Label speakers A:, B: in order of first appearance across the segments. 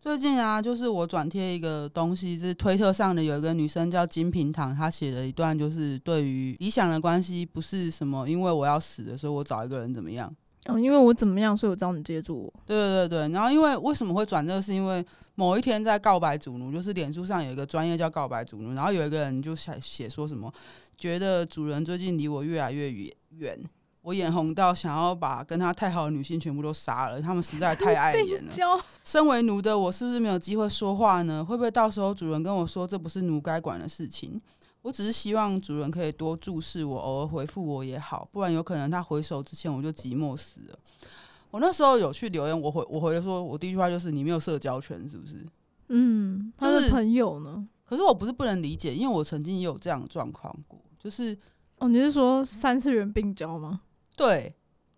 A: 最近啊，就是我转贴一个东西，是推特上的有一个女生叫金平堂，她写了一段，就是对于理想的关系不是什么，因为我要死了，所以我找一个人怎么样。
B: 嗯，因为我怎么样，所以我找你接住我。
A: 对对对对，然后因为为什么会转这个，是因为某一天在告白主奴，就是脸书上有一个专业叫告白主奴，然后有一个人就写写说什么，觉得主人最近离我越来越远，我眼红到想要把跟他太好的女性全部都杀了，他们实在太碍眼了。
B: 交
A: 身为奴的我是不是没有机会说话呢？会不会到时候主人跟我说这不是奴该管的事情？我只是希望主人可以多注视我，偶尔回复我也好，不然有可能他回手之前我就寂寞死了。我那时候有去留言，我回我回说，我第一句话就是你没有社交圈是不是？
B: 嗯，他
A: 就
B: 的
A: 是
B: 朋友呢？
A: 可是我不是不能理解，因为我曾经也有这样的状况过，就是
B: 哦，你是说三次元病交吗？
A: 对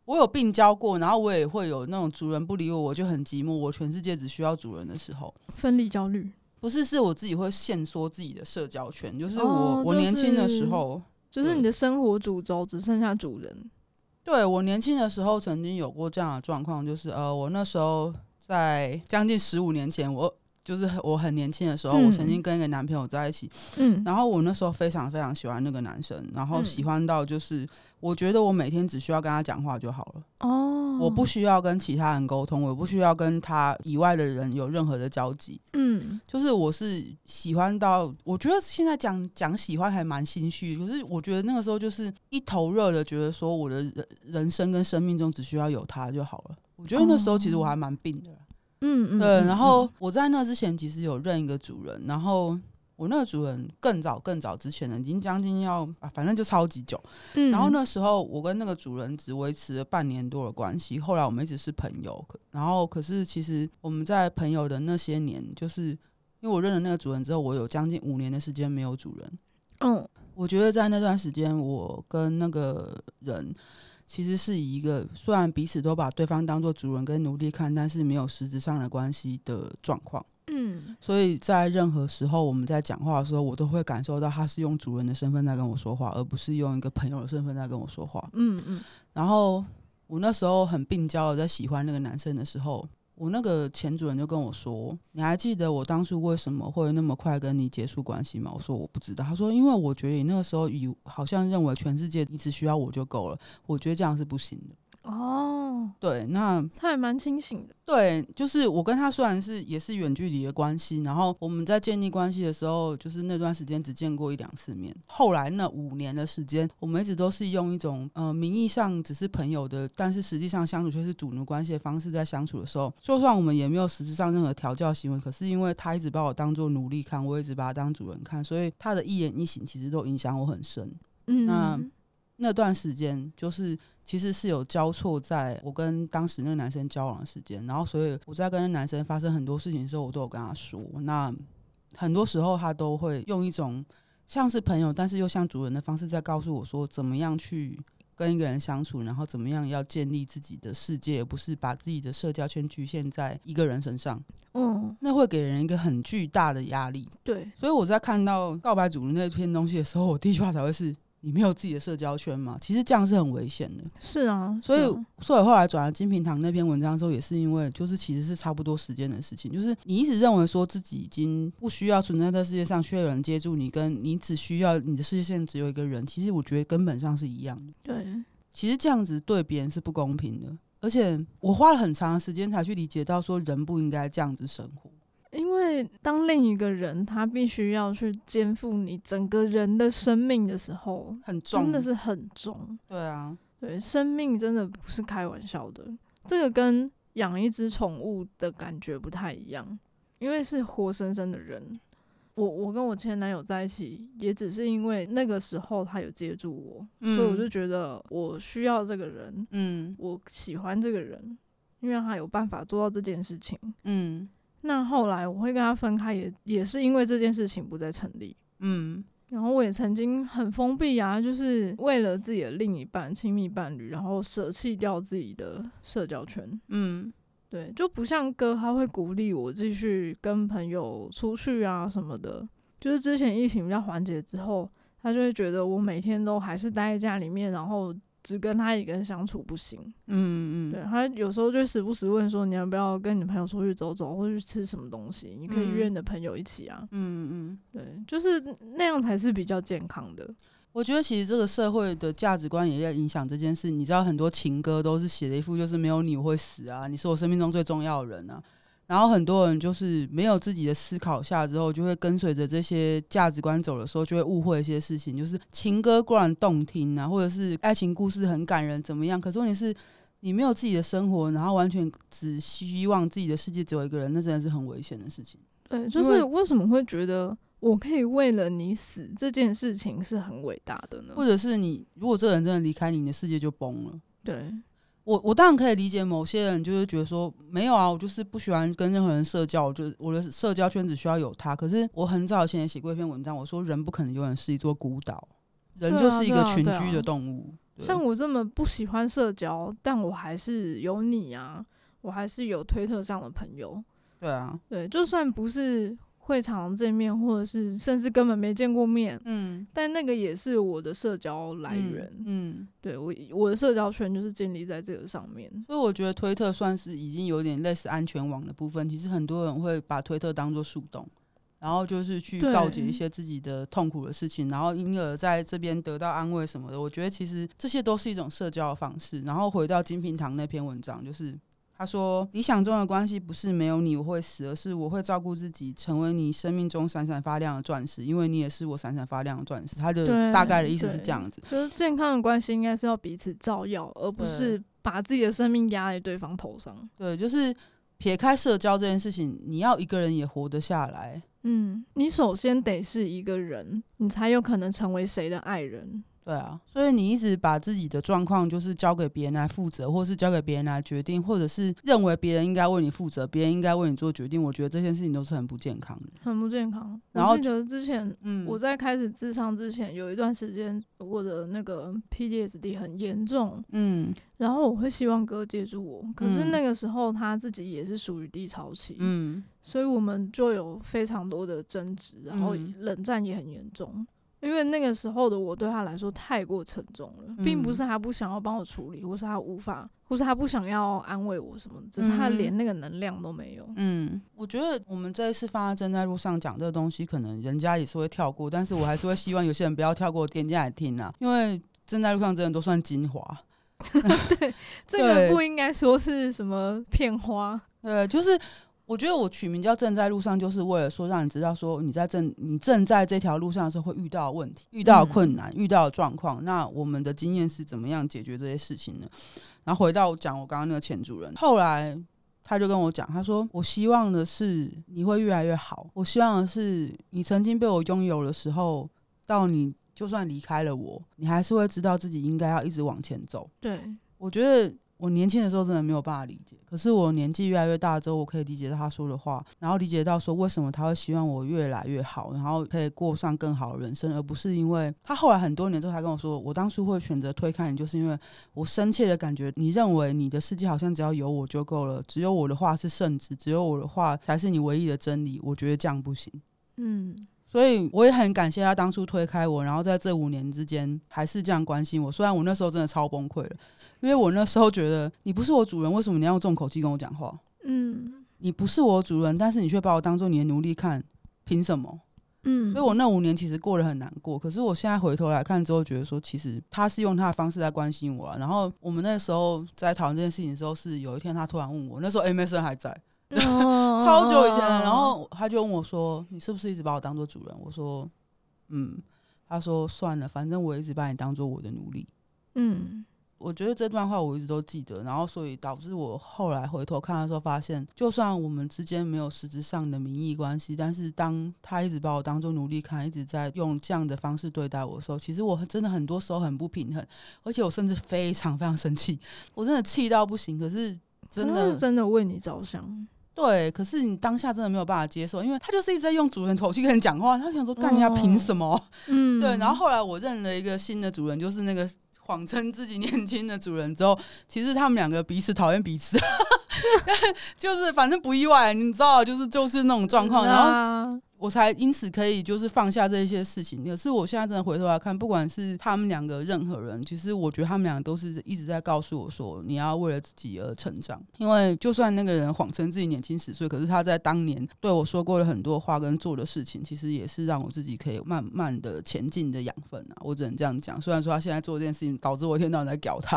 A: 我有病交过，然后我也会有那种主人不理我，我就很寂寞，我全世界只需要主人的时候。
B: 分离焦虑，
A: 不是，是我自己会限缩自己的社交圈，就是我、
B: 哦
A: 我
B: 就
A: 年轻的
B: 是
A: 时候，
B: 就是
A: 对
B: 你的生活主轴只剩下主人。
A: 对我年轻的时候曾经有过这样的状况，就是呃，我那时候在将近十五年前，我就是我很年轻的时候，
B: 嗯
A: 我曾经跟一个男朋友在一起，
B: 嗯，
A: 然后我那时候非常非常喜欢那个男生，然后
B: 嗯
A: 喜欢到就是我觉得我每天只需要跟他讲话就好了，
B: 哦，
A: 我不，需要跟其他人沟通，我不需要跟他以外的人有任何的交集。
B: 嗯，
A: 就是我是喜欢到，我觉得现在讲讲喜欢还蛮心虚，可是我觉得那个时候就是一头热的，觉得说我的人人生跟生命中只需要有他就好了。我觉得那时候其实我还蛮病的，
B: 嗯嗯，
A: 对。
B: 嗯
A: 然后我在那之前其实有认一个主人，然后我那个主人更早更早之前的，已经将近要啊，反正就超级久。
B: 嗯
A: 然后那时候我跟那个主人只维持了半年多的关系，后来我们一直是朋友。可然后可是其实我们在朋友的那些年，就是因为我认了那个主人之后，我有将近五年的时间没有主人。
B: 嗯
A: 我觉得在那段时间，我跟那个人其实是以一个虽然彼此都把对方当做主人跟奴隶看，但是没有实质上的关系的状况。
B: 嗯，
A: 所以在任何时候我们在讲话的时候，我都会感受到他是用主人的身份在跟我说话，而不是用一个朋友的身份在跟我说话。
B: 嗯嗯，
A: 然后我那时候很病娇的在喜欢那个男生的时候，我那个前主人就跟我说：“你还记得我当初为什么会那么快跟你结束关系吗？”我说：“我不知道。”他说：“因为我觉得你那个时候以好像认为全世界你只需要我就够了，我觉得这样是不行的。”
B: 哦，
A: 对，那
B: 他还蛮清醒的。
A: 对，就是我跟他虽然是也是远距离的关系，然后我们在建立关系的时候，就是那段时间只见过一两次面。后来那五年的时间，我们一直都是用一种呃名义上只是朋友的，但是实际上相处却是主奴关系的方式在相处的时候，就算我们也没有实质上任何调教行为，可是因为他一直把我当做奴隶看，我一直把他当主人看，所以他的一言一行其实都影响我很深。
B: 嗯，
A: 那那段时间就是其实是有交错在我跟当时那个男生交往的时间，然后所以我在跟那男生发生很多事情的时候，我都有跟他说。那很多时候他都会用一种像是朋友，但是又像主人的方式，在告诉我说怎么样去跟一个人相处，然后怎么样要建立自己的世界，而不是把自己的社交圈局限在一个人身上，
B: 嗯，
A: 那会给人一个很巨大的压力。
B: 对，
A: 所以我在看到告白主人那篇东西的时候，我第一句话才会是：你没有自己的社交圈嘛？其实这样是很危险的。
B: 是啊，
A: 所以
B: 是啊
A: 所以我后来转了金平堂那篇文章之后，也是因为就是其实是差不多时间的事情，就是你一直认为说自己已经不需要存在在世界上，需要有人接住你，跟你只需要你的世界线只有一个人，其实我觉得根本上是一样的。
B: 对，
A: 其实这样子对别人是不公平的，而且我花了很长的时间才去理解到说人不应该这样子生活。
B: 因为当另一个人他必须要去肩负你整个人的生命的时候，
A: 很重，
B: 真的是很重。
A: 对啊，
B: 对，生命真的不是开玩笑的。这个跟养一只宠物的感觉不太一样，因为是活生生的人。我我跟我前男友在一起，也只是因为那个时候他有接住我，
A: 嗯
B: 所以我就觉得我需要这个人，
A: 嗯
B: 我喜欢这个人，因为他有办法做到这件事情。
A: 嗯
B: 那后来我会跟他分开也，也是因为这件事情不再成立。
A: 嗯
B: 然后我也曾经很封闭啊，就是为了自己的另一半、亲密伴侣，然后舍弃掉自己的社交圈。
A: 嗯
B: 对，就不像哥他会鼓励我继续跟朋友出去啊什么的。就是之前疫情比较缓解之后，他就会觉得我每天都还是待在家里面，然后只跟他一个人相处不行。
A: 嗯
B: 对啊
A: 嗯
B: 他有时候就会时不时问说，你要不要跟你朋友出去走走，或者去吃什么东西？你可以约
A: 嗯
B: 你的朋友一起啊。
A: 嗯嗯，
B: 对，就是那样才是比较健康的。
A: 我觉得其实这个社会的价值观也在影响这件事。你知道很多情歌都是写的一副就是没有你我会死啊，你是我生命中最重要的人啊。然后很多人就是没有自己的思考下之后，就会跟随着这些价值观走的时候，就会误会一些事情。就是情歌固然动听啊，或者是爱情故事很感人怎么样，可是问题是你没有自己的生活，然后完全只希望自己的世界只有一个人，那真的是很危险的事情。
B: 对，就
A: 因为
B: 是为什么会觉得我可以为了你死这件事情是很伟大的呢？
A: 或者是你如果这个人真的离开你，你的世界就崩了。
B: 对，
A: 我我当然可以理解某些人就是觉得说没有啊，我就是不喜欢跟任何人社交，我就我的社交圈子需要有他。可是我很早以前也写过一篇文章，我说人不可能永远是一座孤岛，人
B: 对啊
A: 就是一个
B: 对啊
A: 群
B: 对啊
A: 居的动物。对
B: 像我这么不喜欢社交，但我还是有你啊，我还是有推特上的朋友。
A: 对啊，
B: 对，就算不是会常常见面，或者是甚至根本没见过面，
A: 嗯，
B: 但那个也是我的社交来源。
A: 嗯，
B: 对我，我的社交圈就是建立在这个上面。
A: 所以我觉得推特算是已经有点类似安全网的部分。其实很多人会把推特当做树洞，然后就是去
B: 对
A: 告解一些自己的痛苦的事情，然后因而在这边得到安慰什么的。我觉得其实这些都是一种社交的方式。然后回到金平堂那篇文章，就是。他说：“理想中的关系不是没有你我会死，而是我会照顾自己，成为你生命中闪闪发亮的钻石，因为你也是我闪闪发亮的钻石。”他的
B: 对
A: 大概的意思是
B: 对
A: 这样子。
B: 就是健康的关系应该是要彼此照耀，而不是把自己的生命压在对方头上。
A: 对，就是撇开社交这件事情，你要一个人也活得下来。
B: 嗯，你首先得是一个人，你才有可能成为谁的爱人。
A: 对啊，所以你一直把自己的状况就是交给别人来负责，或是交给别人来决定，或者是认为别人应该为你负责，别人应该为你做决定，我觉得这件事情都是很不健康的。
B: 很不健康。
A: 然后
B: 我记得之前
A: 嗯，
B: 我在开始自伤之前，有一段时间我的那个 PTSD 很严重，
A: 嗯
B: 然后我会希望哥接住我，可是
A: 嗯
B: 那个时候他自己也是属于低潮期，
A: 嗯
B: 所以我们就有非常多的争执，然后
A: 嗯
B: 冷战也很严重。因为那个时候的我对他来说太过沉重了，
A: 嗯
B: 并不是他不想要帮我处理，或是他无法，或是他不想要安慰我什么的，只是他
A: 嗯
B: 连那个能量都没有。
A: 嗯，我觉得我们这一次放在正在路上讲这个东西，可能人家也是会跳过，但是我还是会希望有些人不要跳过，点进来听啊，因为正在路上真的都算精华。
B: 这个
A: 对
B: 不应该说是什么片花，
A: 对，就是我觉得我取名叫“正在路上”，就是为了说让你知道说你在正你正在这条路上的时候会遇到的问题、遇到的困难、遇到的状况。那我们的经验是怎么样解决这些事情呢？然后回到讲我刚刚那个前主人，后来。他就跟我讲，他说：“我希望的是你会越来越好，我希望的是你曾经被我拥有的时候，到你就算离开了我，你还是会知道自己应该要一直往前走。”
B: 对，
A: 我觉得我年轻的时候真的没有办法理解，可是我年纪越来越大之后，我可以理解到他说的话，然后理解到说为什么他会希望我越来越好，然后可以过上更好的人生，而不是因为他后来很多年之后才跟我说，我当初会选择推开你，就是因为我深切的感觉，你认为你的世界好像只要有我就够了，只有我的话是圣旨，只有我的话才是你唯一的真理。我觉得这样不行。
B: 嗯，
A: 所以我也很感谢他当初推开我，然后在这五年之间还是这样关心我。虽然我那时候真的超崩溃了，因为我那时候觉得你不是我主人，为什么你要用这种口气跟我讲话？
B: 嗯
A: 你不是我主人，但是你却把我当做你的奴隶看，凭什么？
B: 嗯，
A: 所以我那五年其实过得很难过。可是我现在回头来看之后，觉得说其实他是用他的方式在关心我、啊。然后我们那时候在讨论这件事情的时候，是有一天他突然问我，那时候 MSN 还在，
B: 哦
A: 超久以前，然后哦他就问我说：“你是不是一直把我当做主人？”我说：“嗯。”他说：“算了，反正我一直把你当做我的奴隶。
B: 嗯”
A: 我觉得这段话我一直都记得，然后所以导致我后来回头看的时候，发现就算我们之间没有实质上的名义关系，但是当他一直把我当做奴隶看，一直在用这样的方式对待我的时候，其实我真的很多时候很不平衡，而且我甚至非常非常生气，我真的气到不行。可是真
B: 他
A: 的
B: 是真的为你着想，
A: 对，可是你当下真的没有办法接受，因为他就是一直在用主人口气跟你讲话，他想说干人家凭什么？
B: 嗯，
A: 对，然后后来我认了一个新的主人，就是那个谎称自己年轻的主人之后，其实他们两个彼此讨厌彼此，
B: 嗯
A: 就是反正不意外，你知道，就是就是那种状况。然后
B: 后
A: 我才因此可以就是放下这些事情。可是我现在真的回头来看，不管是他们两个任何人，其实我觉得他们俩都是一直在告诉我说，你要为了自己而成长。因为就算那个人谎称自己年轻十岁，可是他在当年对我说过的很多话跟做的事情，其实也是让我自己可以慢慢的前进的养分啊。我只能这样讲。虽然说他现在做这件事情，导致我一天到晚在屌他，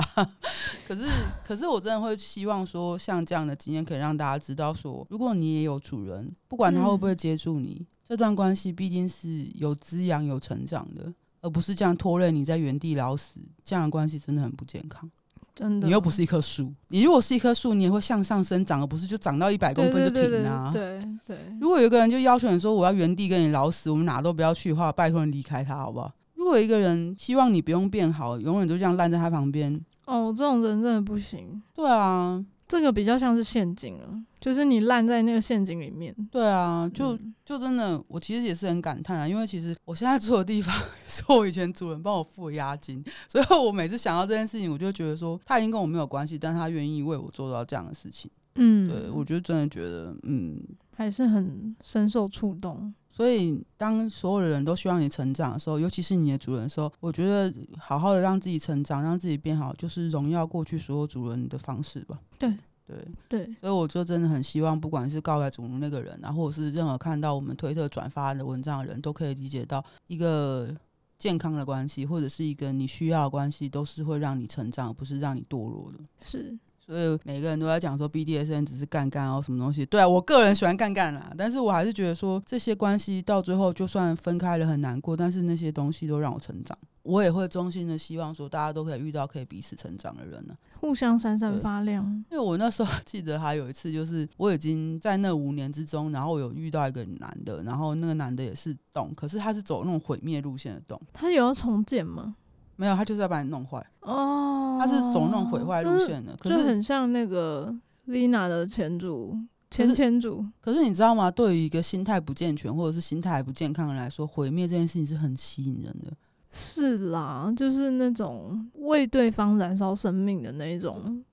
A: 可是，可是我真的会希望说，像这样的经验可以让大家知道说，如果你也有主人，不管他会
B: 嗯
A: 不会接住你，这段关系必定是有滋养、有成长的，而不是这样拖累你在原地老死。这样的关系真的很不健康。
B: 真的，
A: 你又不是一棵树，你如果是一棵树，你也会向上生长，而不是就长到一百公分就停啊。
B: 对对对对对
A: 如果有一个人就要求你说我要原地跟你老死，我们哪都不要去的话，拜托你离开他好不好？如果有一个人希望你不用变好，永远都这样烂在他旁边，
B: 哦，这种人真的不行，
A: 对啊，
B: 这个比较像是陷阱了，就是你烂在那个陷阱里面，
A: 对啊，就、
B: 嗯
A: 就真的，我其实也是很感叹啊，因为其实我现在住的地方 是我以前主人帮我付的押金，所以我每次想到这件事情，我就觉得说他已经跟我没有关系，但他愿意为我做到这样的事情，对
B: 嗯，
A: 我就真的觉得，嗯，
B: 还是很深受触动。
A: 所以，当所有的人都希望你成长的时候，尤其是你的主人的时候，我觉得好好的让自己成长，让自己变好，就是荣耀过去所有主人的方式吧。
B: 对
A: 对，
B: 对，
A: 所以我就真的很希望，不管是告白主奴那个人啊，或者是任何看到我们推特转发的文章的人，都可以理解到一个健康的关系，或者是一个你需要的关系，都是会让你成长，而不是让你堕落的。
B: 是
A: 所以每个人都在讲说 BDSN 只是干干哦，什么东西？对啊，我个人喜欢干干啦，但是我还是觉得说这些关系到最后就算分开了很难过，但是那些东西都让我成长。我也会衷心的希望说，大家都可以遇到可以彼此成长的人啊呢、
B: 互相闪闪
A: 对
B: 发亮。
A: 因为我那时候 记得还有一次，就是我已经在那五年之中，然后我有遇到一个男的，然后那个男的也是动，可是他是走那种毁灭路线的动，
B: 他有要重建吗？
A: 没有，他就是要把你弄坏，
B: 哦，
A: 他是走那种毁坏路
B: 就是，
A: 线的。可
B: 就是很像那个 Lina 的前主
A: 可
B: 前
A: 是
B: 前主，
A: 可是你知道吗？对于一个心态不健全或者是心态还不健康的人来说，毁灭这件事情是很吸引人的。
B: 是啦，就是那种为对方燃烧生命的那一种。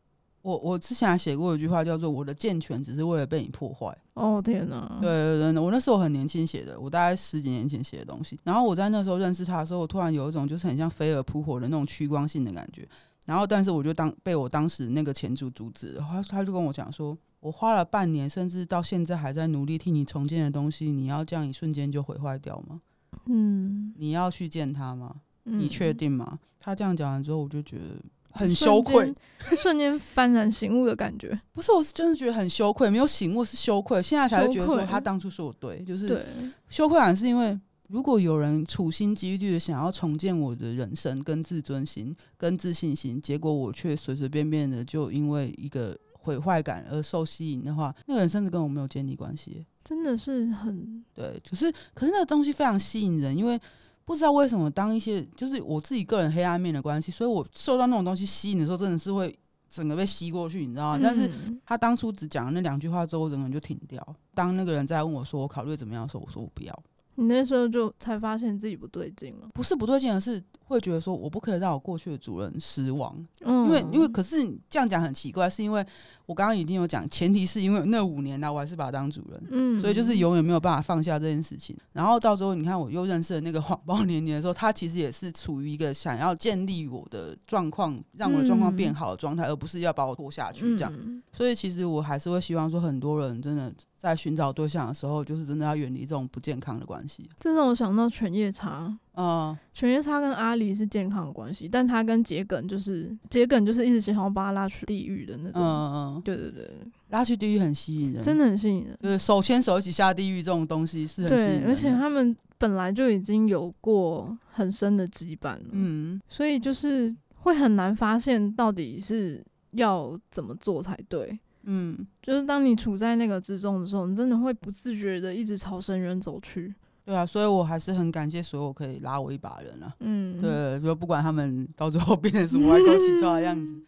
A: 我我之前还写过一句话，叫做“我的健全只是为了被你破坏”。
B: 哦天哪！
A: 对，对对，我那时候很年轻写的，我大概十几年前写的东西。然后我在那时候认识他的时候，我突然有一种就是很像飞蛾扑火的那种趋光性的感觉。然后，但是我就当被我当时那个前主阻止了，他他就跟我讲说，我花了半年，甚至到现在还在努力替你重建的东西，你要这样一瞬间就毁坏掉吗？
B: 嗯，
A: 你要去见他吗？
B: 嗯
A: 你确定吗？他这样讲完之后，我就觉得很羞愧。，
B: 嗯瞬间瞬间幡然醒悟的感觉。
A: 不是，我是真的觉得很羞愧，没有醒悟是羞愧，现在才会觉得
B: 羞
A: 说
B: 愧
A: 他当初说我对，就是
B: 对，
A: 羞愧感是因为。如果有人处心积虑的想要重建我的人生、跟自尊心、跟自信心，结果我却随随便便的就因为一个毁坏感而受吸引的话，那个人甚至跟我没有建立关系耶。
B: 真的是很
A: 对，可是可是那个东西非常吸引人，因为不知道为什么，当一些就是我自己个人黑暗面的关系，所以我受到那种东西吸引的时候，真的是会整个被吸过去，你知道啊吗？但是
B: 嗯
A: 他当初只讲了那两句话之后，我整个人就停掉。当那个人在问我说我考虑怎么样的时候，我说我不要，
B: 你那时候就才发现自己不对劲了。
A: 不是不对劲，而是会觉得说我不可以让我过去的主人失望，
B: 嗯，
A: 因为因为可是你这样讲很奇怪，是因为我刚刚已经有讲，前提是因为那五年来啊我还是把他当主人，
B: 嗯，
A: 所以就是永远没有办法放下这件事情。然后到时候你看，我又认识了那个谎报年年的时候，他其实也是处于一个想要建立我的状况，让我的状况变好的状态，而不是要把我拖下去这样。
B: 嗯
A: 所以其实我还是会希望说，很多人真的在寻找对象的时候，就是真的要远离这种不健康的关系。
B: 这让我想到犬夜叉。
A: 嗯，
B: 犬夜叉跟阿离是健康的关系，但他跟桔梗就是桔梗就是一直想要把他拉去地狱的那
A: 嗯
B: 种。
A: 嗯，
B: 对对对，
A: 拉去地狱很吸引人，
B: 真
A: 的
B: 的很吸引人。
A: 就是手牵手一起下地狱这种东西是很吸引
B: 对
A: 人，的。
B: 而且他们本来就已经有过很深的羁绊了，
A: 嗯，
B: 所以就是会很难发现到底是要怎么做才对。
A: 嗯，
B: 就是当你处在那个之中的时候，你真的会不自觉的一直朝深渊走去。
A: 对啊，所以我还是很感谢所有可以拉我一把的人啊。
B: 嗯，
A: 对，就不管他们到最后变成什么歪狗起操的样子，